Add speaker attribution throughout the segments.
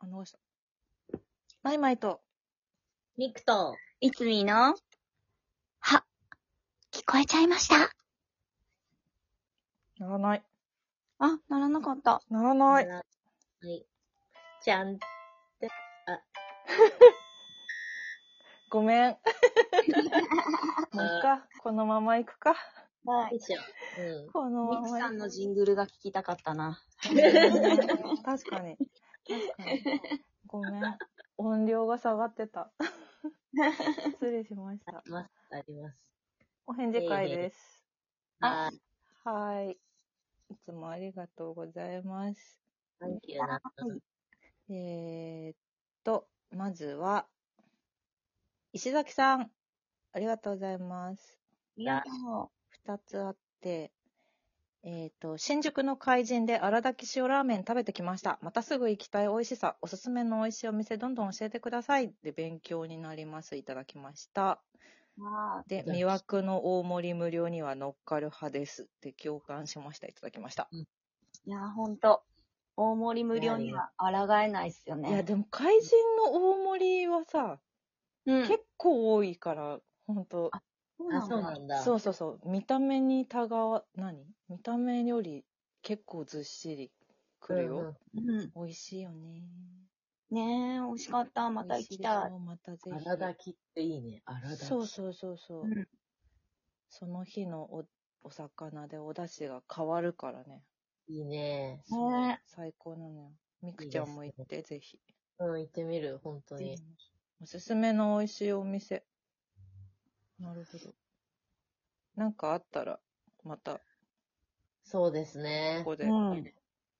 Speaker 1: の、マイマイと、
Speaker 2: ミクと、
Speaker 3: いつみの、は、聞こえちゃいました。
Speaker 1: ならない。
Speaker 3: あ、ならなかった。
Speaker 1: ならない。
Speaker 2: はい。ちゃん、
Speaker 1: ごめん。もういっか。このまま行くか。
Speaker 3: は。
Speaker 2: でしょ。うん。
Speaker 1: このまま
Speaker 3: みつ
Speaker 1: 行く
Speaker 3: さんのジングルが聞きたかったな。
Speaker 1: 確かに。確かに。ごめん。音量が下がってた。失礼しまし
Speaker 2: あ
Speaker 1: た。
Speaker 2: ります。あります。
Speaker 1: お返事会です。
Speaker 3: あ
Speaker 2: あ、
Speaker 1: はい。いつもありがとうございます。
Speaker 2: サンキューな。
Speaker 1: えー、っと、まずは、石崎さん、ありがとうございます。
Speaker 2: いや、
Speaker 1: 二つあって、えっ、と、新宿の怪人で荒炊き塩ラーメン食べてきました。またすぐ行きたい美味しさ、おすすめの美味しいお店どんどん教えてください。で、勉強になります。いただきました。で、
Speaker 2: うん
Speaker 1: 魅惑の大盛り無料には乗っかる派です。で、共感しました。いただきました。
Speaker 3: いや、ほんと。大盛り無料には抗えないっすよね。
Speaker 1: いや、でも怪人の大盛りはさ、
Speaker 3: うん。
Speaker 1: 結構多いから、本当
Speaker 3: 構
Speaker 2: あ、そうなんだ。
Speaker 1: そうそうそう。見た目にたがわ、何見た目より結構ずっしりくるよ。
Speaker 2: うんうん
Speaker 3: うん。
Speaker 1: 美味しいよね。
Speaker 3: ねえ、美味しかった。また行きた
Speaker 1: 美味しで
Speaker 3: い。
Speaker 1: しょまたぜひ。
Speaker 2: 荒炊きっていいね。荒炊き。
Speaker 1: そうそうそうそう。
Speaker 3: うん
Speaker 1: その日のおお魚でお出汁が変わるからね。
Speaker 2: いいね。
Speaker 3: ね
Speaker 1: 最高なのよ。みくちゃんも行って、ぜひ。
Speaker 2: うん、行ってみる、本当に。
Speaker 1: うんおすすめの美味しいお店。なるほど。なんかあったら、また、
Speaker 2: そうです
Speaker 1: こ
Speaker 2: ね。
Speaker 1: こ
Speaker 3: え。
Speaker 1: で。
Speaker 3: うん。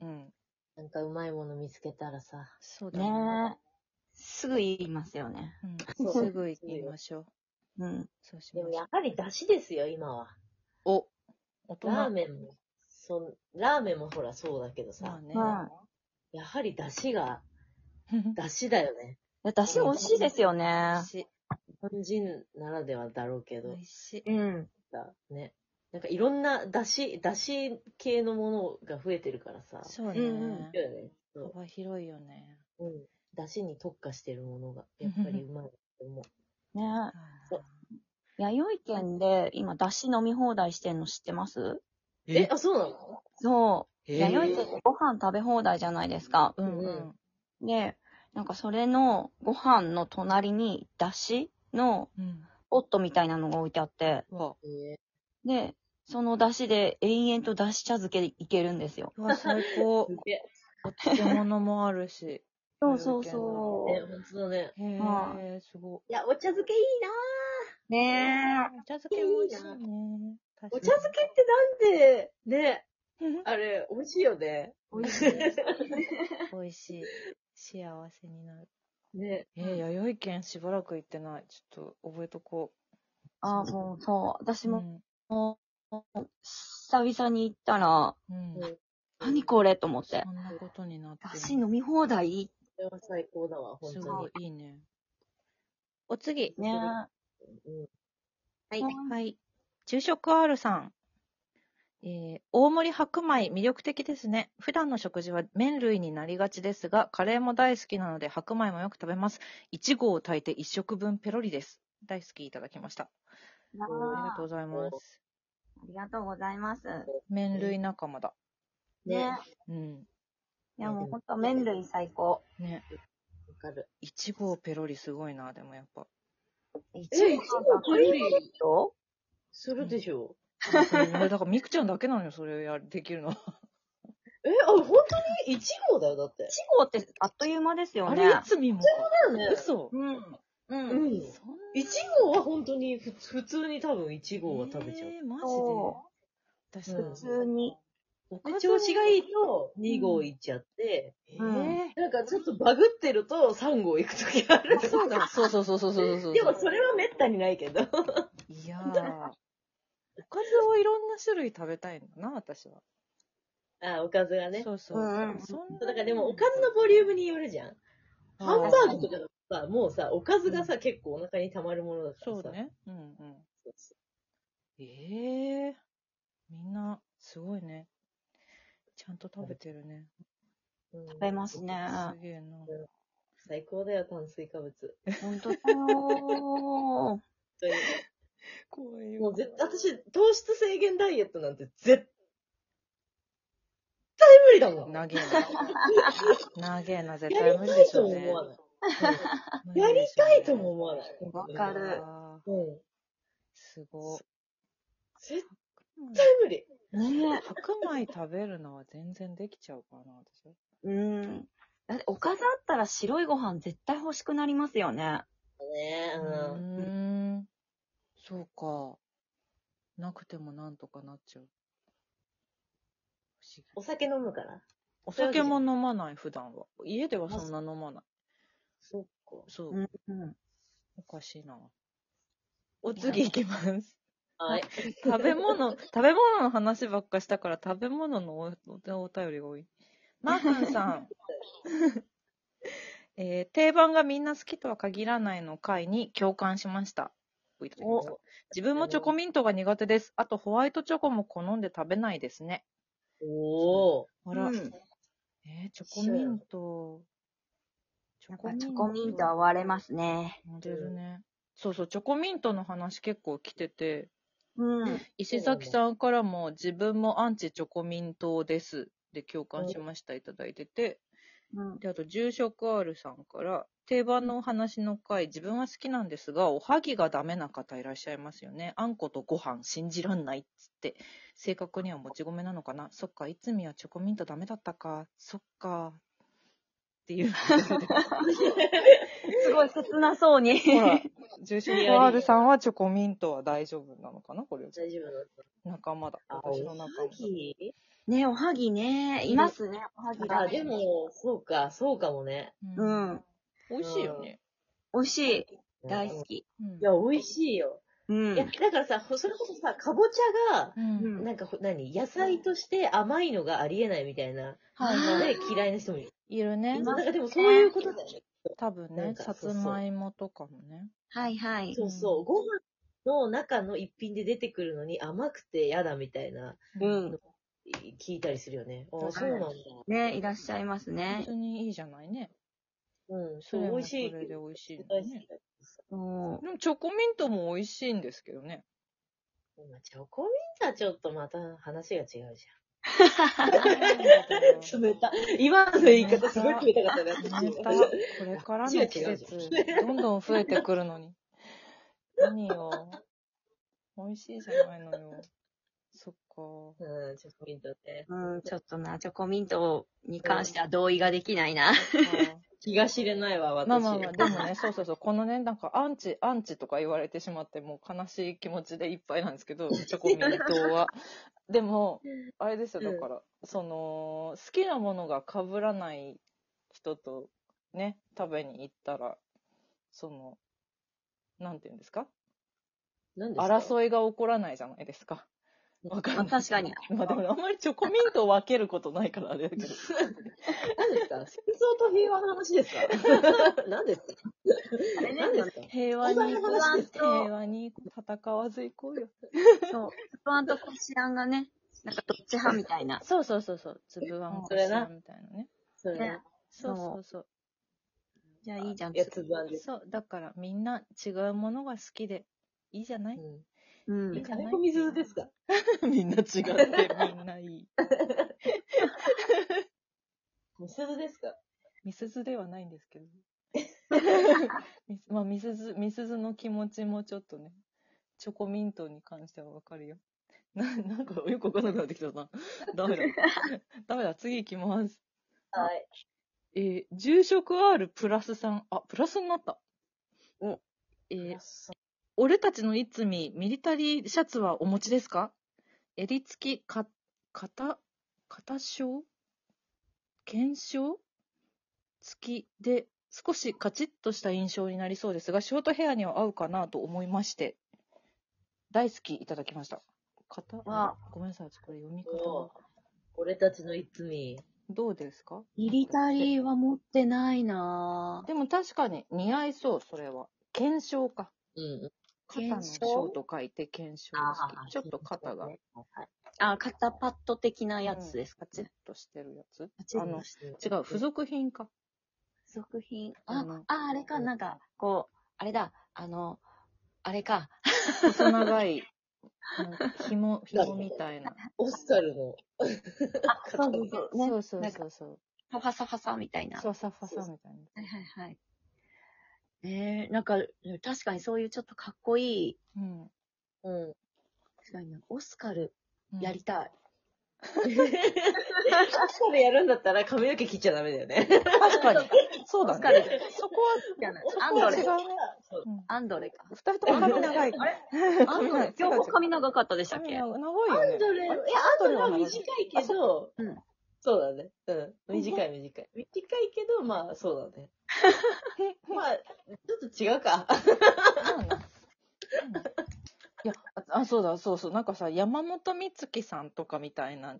Speaker 1: うん。
Speaker 2: なんかうまいもの見つけたらさ。
Speaker 1: そうだね。
Speaker 3: ねえ。すぐ言いますよね。
Speaker 1: うん、
Speaker 2: そう
Speaker 1: すぐ行きましょう。
Speaker 3: うん。
Speaker 1: そうし
Speaker 2: で
Speaker 1: ま
Speaker 2: も
Speaker 1: しょ
Speaker 2: や
Speaker 1: う。
Speaker 2: はり出汁ですよ、今は。
Speaker 1: お大人。
Speaker 2: ラーメンも、そんラーメンもほらそうだけど
Speaker 1: ま
Speaker 2: さ
Speaker 1: あ。ね。
Speaker 3: ま
Speaker 2: やはり出汁が、出汁だよね。
Speaker 3: いや、だし美味しいです よ
Speaker 1: 美
Speaker 3: ね
Speaker 1: 味。しい。
Speaker 2: 日本人ならではだろうけ
Speaker 1: 美
Speaker 2: ど。
Speaker 1: 味しい。
Speaker 3: うん。
Speaker 2: だね。なんかいろんな出汁、出汁系のものが増えてるからさ。
Speaker 1: そうね。
Speaker 3: うんうん
Speaker 2: だよね。そう
Speaker 1: 幅広いよね。
Speaker 2: うん。出汁に特化してるものが、やっぱりうまいと思う。
Speaker 3: ねえ。
Speaker 2: そう
Speaker 3: 弥生県で今、だし飲み放題してんの知ってます
Speaker 2: え、あ、そうなの
Speaker 3: そう。
Speaker 2: へえ
Speaker 3: 弥生県ってご飯食べ放題じゃないですか。
Speaker 1: うんう。
Speaker 2: うん
Speaker 3: で、なんかそれのご飯の隣に、だしの
Speaker 1: うん。
Speaker 3: ポットみたいなのが置いてあって、
Speaker 1: わ、
Speaker 2: え
Speaker 3: で、そのだしで延々とだし茶漬けいけるんですよ。
Speaker 1: うわ最高
Speaker 2: ー、。すげえ。
Speaker 1: お漬物もあるし。
Speaker 3: そうそうそ
Speaker 2: ね、本当だね。
Speaker 1: へ
Speaker 3: は
Speaker 1: え、すごい。
Speaker 2: いや、お茶漬けいいな
Speaker 3: う。ね
Speaker 1: お茶漬けも美味しいね。確か
Speaker 2: お
Speaker 1: に
Speaker 2: 茶漬けってなんで、ね、
Speaker 1: うん
Speaker 2: あれ、美味しいよね。
Speaker 3: 美味しい。
Speaker 1: 美味しい。幸せになる。
Speaker 2: ね。
Speaker 1: えー、弥生県しばらく行ってない。ちょっと覚えとこ
Speaker 3: あ、もうそう。私
Speaker 1: う。う
Speaker 3: も、
Speaker 1: ん。
Speaker 3: もう久々に行ったら、
Speaker 1: うん。
Speaker 2: うん
Speaker 3: 何これと思って。
Speaker 1: そんなことになってる
Speaker 3: だし飲み放題
Speaker 2: これは最高だわ、本
Speaker 1: す
Speaker 2: 当
Speaker 1: ご
Speaker 2: に
Speaker 1: い。いいね。お次。
Speaker 2: うん
Speaker 3: ねはい。
Speaker 1: はい。昼食 R さん。えー大盛り白米魅力的ですね。普段の食事は麺類になりがちですが、カレーも大好きなので白米もよく食べます。1合を炊いて1食分ペロリです。大好きいただきました。あ
Speaker 3: わ
Speaker 1: りが
Speaker 3: あ
Speaker 1: とうございます。
Speaker 3: ありがとうございます。
Speaker 1: 麺類仲間だ。
Speaker 2: ね。わ
Speaker 3: ね。
Speaker 1: うん。
Speaker 3: いやもうほんと麺類最高。
Speaker 1: ね。
Speaker 2: かる。
Speaker 1: 1合ペロリすごいな、でもやっぱ。
Speaker 3: 一
Speaker 2: え一応これ
Speaker 3: と
Speaker 2: するでしょ。
Speaker 1: 俺、だからみくちゃんだけなのよ、それやできるの。
Speaker 2: え、あ、本当に1号だよ、だって。
Speaker 3: 一号ってあっという間ですよ
Speaker 1: あ
Speaker 3: ね。
Speaker 1: れ、いつみもか。
Speaker 2: 嘘
Speaker 1: 嘘。
Speaker 3: うん。う。
Speaker 2: うんん。
Speaker 1: そんな
Speaker 2: 1号は本当にふつ普通に多分1号は食べちゃう。
Speaker 1: えーマ
Speaker 3: そ
Speaker 1: ジで
Speaker 2: うん
Speaker 1: 私
Speaker 3: 普通に。
Speaker 1: お
Speaker 2: で
Speaker 1: かず
Speaker 2: 調子がいいと2号いっちゃって、
Speaker 1: え
Speaker 3: うん
Speaker 1: ー
Speaker 2: なんかちょっとバグってると3号行くときある。
Speaker 1: そうだ。そうそうそうそうそうそう。
Speaker 2: でもそれはめったにないけど。
Speaker 1: いやー。おかずをいろんな種類食べたいんだな、私は。
Speaker 2: あ、おかずがね。
Speaker 1: そうそう。
Speaker 3: うんうん
Speaker 1: そん
Speaker 2: だからでもおかずのボリュームによるじゃん。ハンバーグとかだとさ、もうさ、おかずがさ、結構お腹に溜まるものだから
Speaker 1: そ
Speaker 2: さ。
Speaker 1: うね。うんうん。
Speaker 2: そうそう。
Speaker 1: ええー。みんな、すごいね。ちゃんと食べてるね。
Speaker 2: 食
Speaker 3: 食べますね。
Speaker 1: すげえな。
Speaker 2: 最高だよ、炭水化物。
Speaker 3: 本当だよ
Speaker 1: 怖い
Speaker 2: もう絶対、私、糖質制限ダイエットなんて絶対無理だもん。
Speaker 1: 投げな。投げな、絶
Speaker 2: や
Speaker 1: 対
Speaker 2: り
Speaker 1: 無理
Speaker 2: た
Speaker 1: で
Speaker 2: い
Speaker 1: し
Speaker 2: と
Speaker 1: ょう
Speaker 2: も
Speaker 1: ね
Speaker 2: 思。わない。
Speaker 1: 無
Speaker 2: や
Speaker 1: 理
Speaker 2: り
Speaker 1: でしょう
Speaker 2: た
Speaker 1: ね
Speaker 2: いとも思わない。
Speaker 3: わかる
Speaker 1: あー
Speaker 2: うん。
Speaker 1: すごい。
Speaker 2: 絶対無理。
Speaker 3: ね
Speaker 1: 白米食べるのは全然できちゃうかな、私。
Speaker 3: うん。だっておかずあったら白いご飯絶対欲しくなりますよね。
Speaker 2: ね
Speaker 1: う
Speaker 2: うん。
Speaker 1: ーん。そうか。なくてもなんとかなっちゃう。不思議
Speaker 2: お酒飲むから。
Speaker 1: お酒も飲まない、普段は。家ではそんな飲まない。
Speaker 2: そっか。
Speaker 1: そうう。
Speaker 3: ん。うん
Speaker 1: おかしいな。お次行きます。
Speaker 2: はい。
Speaker 1: 食べ物、食べ物の話ばっかしたから食べ物のおおお便りが多い。マー君さ ん。えー定番がみんな好きとは限らないの回に共感しました。いただきました
Speaker 2: お
Speaker 1: 自分もチョコミントが苦手です。あとホワイトチョコも好んで食べないですね。
Speaker 2: おー。
Speaker 1: ほら、
Speaker 3: うん
Speaker 1: えーチョコミント。チ
Speaker 3: やっぱチョコミントは割れますね。
Speaker 1: モデルね。そうそう、チョコミントの話結構来てて。
Speaker 3: うん。
Speaker 1: 石崎さんからも自分もアンチチョコミン党ですで共感しましたいただいてて、
Speaker 3: うん。
Speaker 1: で、あと住職 R さんから定番のお話の回、自分は好きなんですが、おはぎがダメな方いらっしゃいますよね。あんことご飯信じらんないっつって、正確にはもち米なのかな。そっか、いつみはチョコミントダメだったか。そっか。っていう。
Speaker 3: すごい切なそうに。
Speaker 1: ほら、住職 R さんはチョコミントは大丈夫なのかなこれ。
Speaker 2: 大丈夫だった。
Speaker 1: 仲間だ。
Speaker 2: あ
Speaker 1: 私の仲間。
Speaker 2: ぎ
Speaker 3: ねおはぎね。いますね、おはぎ
Speaker 2: あ、
Speaker 3: が。
Speaker 2: でも、そうか、そうかもね。
Speaker 3: う
Speaker 1: うん
Speaker 3: ん。
Speaker 1: 美味しいよね。
Speaker 3: 美味しい。大好
Speaker 2: い
Speaker 3: き。
Speaker 1: うん
Speaker 2: や、美味しいよ。
Speaker 3: うん。
Speaker 2: いや、だからさ、ほそれこそさ、かぼちゃが、
Speaker 1: うん
Speaker 2: なんかほ、何野菜として甘いのがありえないみたいな。
Speaker 1: はい
Speaker 2: の
Speaker 1: はい。
Speaker 2: で、嫌いな人もいる。
Speaker 1: いるね
Speaker 3: い。
Speaker 2: な
Speaker 3: ま
Speaker 2: ん
Speaker 3: す
Speaker 2: かでも、そういうことだよね。
Speaker 1: 多分
Speaker 2: な
Speaker 1: ね
Speaker 2: ん、か
Speaker 1: さつまいもとかもね。
Speaker 3: はいはい。
Speaker 2: そうそう。ご飯の中の一品で出てくるのに甘くて嫌だみたいな、
Speaker 3: うん。
Speaker 2: い聞いたりするよね。あ
Speaker 1: う
Speaker 2: あ、
Speaker 1: ん
Speaker 2: そうなんだ。
Speaker 3: ねいらっしゃいます
Speaker 1: 本
Speaker 3: ね
Speaker 1: 当。にいいじゃないね。
Speaker 2: うん、
Speaker 1: そ
Speaker 2: そう、
Speaker 1: れ
Speaker 2: 美
Speaker 1: も
Speaker 2: 味
Speaker 1: そ
Speaker 2: しい
Speaker 1: れ
Speaker 2: け
Speaker 1: で美
Speaker 2: ど。
Speaker 1: 味しい
Speaker 2: 大
Speaker 1: よ
Speaker 2: 好き
Speaker 1: ね。
Speaker 2: だけどさ。
Speaker 1: で
Speaker 3: そ
Speaker 1: もチョコミントも美味しいんですけどね。
Speaker 2: まあチョコミントはちょっとまた話が違 うじゃん。冷た。今の言い方すごい冷たかったね。
Speaker 1: 冷たこれからの季節、どんどん増えてくるのに。何よ。美味しいじゃないのよ。そっ か。
Speaker 2: うん、チョコミントって。
Speaker 3: う。うん、ちょっとな、チョコミントに関しては同意ができないな。
Speaker 1: そっか
Speaker 2: 気が知れないわ、私。
Speaker 1: まあまあまあ、でもね、そうそうそう、このね、なんか、アンチ、アンチとか言われてしまって、もう悲しい気持ちでいっぱいなんですけ ど、チョコミントは。でも、あれですよ、だから、その、好きなものが被らない人と、ね、食べに行ったら、その、なんていうんですか
Speaker 2: なんですか
Speaker 1: 争いが起こらないじゃないですか。わかんない
Speaker 3: まあ確かに。
Speaker 1: まあでも、あんまりチョコミントを分けることないから、あれだけど。
Speaker 2: 何ですか戦争と平和の話ですか何ですか何ですか
Speaker 1: 平和に行こう
Speaker 2: こんな話です
Speaker 3: か
Speaker 1: 平和に戦わず行こうよ。
Speaker 3: そう。スパンとコシアンがね、なんかどっち派みたいな。
Speaker 1: そうそうそうそう。つぶあんこし
Speaker 2: それ
Speaker 1: ら
Speaker 2: な
Speaker 1: みたいなね。
Speaker 2: それ
Speaker 3: ね
Speaker 1: そうそうそう。
Speaker 3: じゃあいいじゃん。
Speaker 2: やつなんです。
Speaker 1: そう、だからみんな違うものが好きで、いいじゃな
Speaker 2: う
Speaker 1: い
Speaker 2: ん
Speaker 3: うん
Speaker 1: いい。じゃない
Speaker 2: 金子水ですか
Speaker 1: みんな違って、みんないい。
Speaker 2: みすずですか
Speaker 1: みすずではないんですけど。 みまあ、みすず、みすずの気持ちもちょっとね、チョコミントに関してはわかるよ。な、なんかよくわかんなくなってきたな。ダ メだ。ダメだ、次行きます。
Speaker 2: はい。
Speaker 1: えー、住職 R プラスさん。あ、プラスになった。お、えー、俺たちのいつみ、ミリタリーシャツはお持ちですか襟付き、か、肩、肩章検証付きで、少しカチッとした印象になりそうですが、ショートヘアには合うかなと思いまして、大好きいただきました。肩、
Speaker 3: わ
Speaker 1: ごめんなさい、私これ読み
Speaker 2: お
Speaker 1: 方
Speaker 2: ー
Speaker 1: が。
Speaker 2: 俺たちのいつみ。
Speaker 1: どうですか
Speaker 3: ミリタリーは持ってないなぁ。
Speaker 1: でも確かに似合いそう、それは。検証か。
Speaker 2: うん。
Speaker 1: 肩の
Speaker 3: 検
Speaker 1: 章
Speaker 3: 証
Speaker 1: と書いて検証
Speaker 2: あ
Speaker 1: 式。ちょっと肩が
Speaker 2: はい。
Speaker 3: あ、肩パッド的なやつですか
Speaker 1: カチッ
Speaker 3: ね。
Speaker 1: としてるやつ
Speaker 2: あ
Speaker 1: あの、違う、付属品か。
Speaker 3: 付属品。
Speaker 1: あ
Speaker 3: あ
Speaker 1: の、
Speaker 3: あ、あれか、なんか、こう、あれだ、あの、あれか。
Speaker 1: 細長い、なんか 紐、紐みたいな。
Speaker 2: オスカルの。
Speaker 3: あ、
Speaker 2: そうそう
Speaker 3: そうね
Speaker 1: そうそう
Speaker 3: なん
Speaker 1: そうそう。
Speaker 3: ファサファサみたいな。
Speaker 1: そうさフさみたい
Speaker 3: はいはいはい。えー、なんか、確かにそういうちょっとかっこいい、
Speaker 1: な。うん
Speaker 2: うん。
Speaker 3: 確かになんかオスカル
Speaker 1: うん。
Speaker 3: やりたい。
Speaker 2: オスカルやるんだったら髪の毛切っちゃダメだよね。
Speaker 1: 確かに。そうだ
Speaker 3: オスカル
Speaker 1: ね。
Speaker 3: じゃない
Speaker 1: そこは、
Speaker 3: アンドレ
Speaker 1: そこ。は違うね
Speaker 2: そう
Speaker 1: うん
Speaker 3: アンドレか。
Speaker 1: 二人とも髪長い。
Speaker 3: あれア ンド
Speaker 1: れ
Speaker 3: レ。今日も髪長かったでしたっ
Speaker 1: 髪
Speaker 3: け
Speaker 1: 長いよ
Speaker 2: ア
Speaker 1: ね。
Speaker 2: ンドレ、いや、アンドレは短いけど、
Speaker 3: うん
Speaker 2: そうだね。うん。短い短い。短いけど、まあ、そうだね。まあ、ちょっと違うか。
Speaker 1: そう なんいや、あ、そうだ、そうそう。なんかさ、山本美月さんとかみたいな、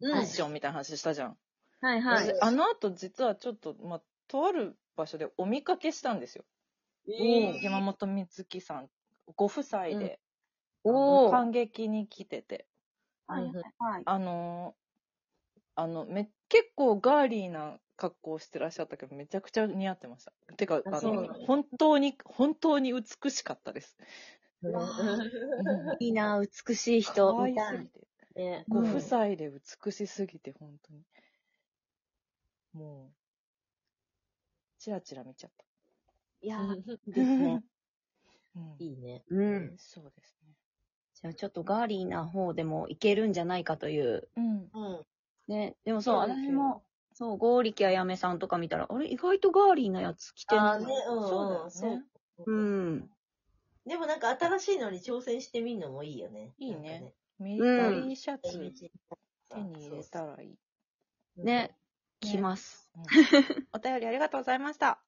Speaker 1: ファッションみたいな話したじゃん。
Speaker 3: はいはい。
Speaker 1: 私あの後、実はちょっと、まあ、とある場所でお見かけしたんですよ。山本美月さん、ご夫妻で、
Speaker 3: おー。
Speaker 1: 感激に来てて。
Speaker 3: はいはいはい。
Speaker 1: あのーあの、め、結構ガーリーな格好をしてらっしゃったけど、めちゃくちゃ似合ってました。てか、あ
Speaker 2: そうな
Speaker 1: の
Speaker 2: んだ、
Speaker 1: 本当に、本当に美しかったです。
Speaker 2: うん
Speaker 3: わー
Speaker 1: うん
Speaker 3: いいな、美しい人。
Speaker 1: 可愛
Speaker 3: みた
Speaker 1: すぎ
Speaker 3: い。
Speaker 1: て。
Speaker 2: ね
Speaker 1: ご
Speaker 3: うん
Speaker 1: 夫妻で美しすぎて、本当に。もう、チラチラ見ちゃっ
Speaker 3: いや
Speaker 2: う
Speaker 3: ー、い
Speaker 2: ん
Speaker 3: い
Speaker 1: た。
Speaker 3: ですね。
Speaker 1: うん。
Speaker 2: いいね。
Speaker 3: うん。
Speaker 1: そうですね。
Speaker 3: じゃあちょっとガーリーな方でもいけるんじゃないかという。
Speaker 1: うん。
Speaker 2: うん。
Speaker 3: ね、でもそう、
Speaker 2: そうですよ
Speaker 3: 私も、そう、剛力あやめさんとか見たら、あれ、意外とガーリーなやつ着てる
Speaker 2: ああね、うん。
Speaker 1: そうだよね
Speaker 2: そう
Speaker 3: うん。
Speaker 2: でもなんか新しいのに挑戦してみるのもいいよね。
Speaker 1: いいね
Speaker 2: なんか。
Speaker 1: ミリタリーシャツ
Speaker 2: 手に
Speaker 1: 手に入れたらいい。
Speaker 2: そうそう
Speaker 3: ね、
Speaker 1: ね
Speaker 3: 着ます。
Speaker 1: うんお便りありがとうございました。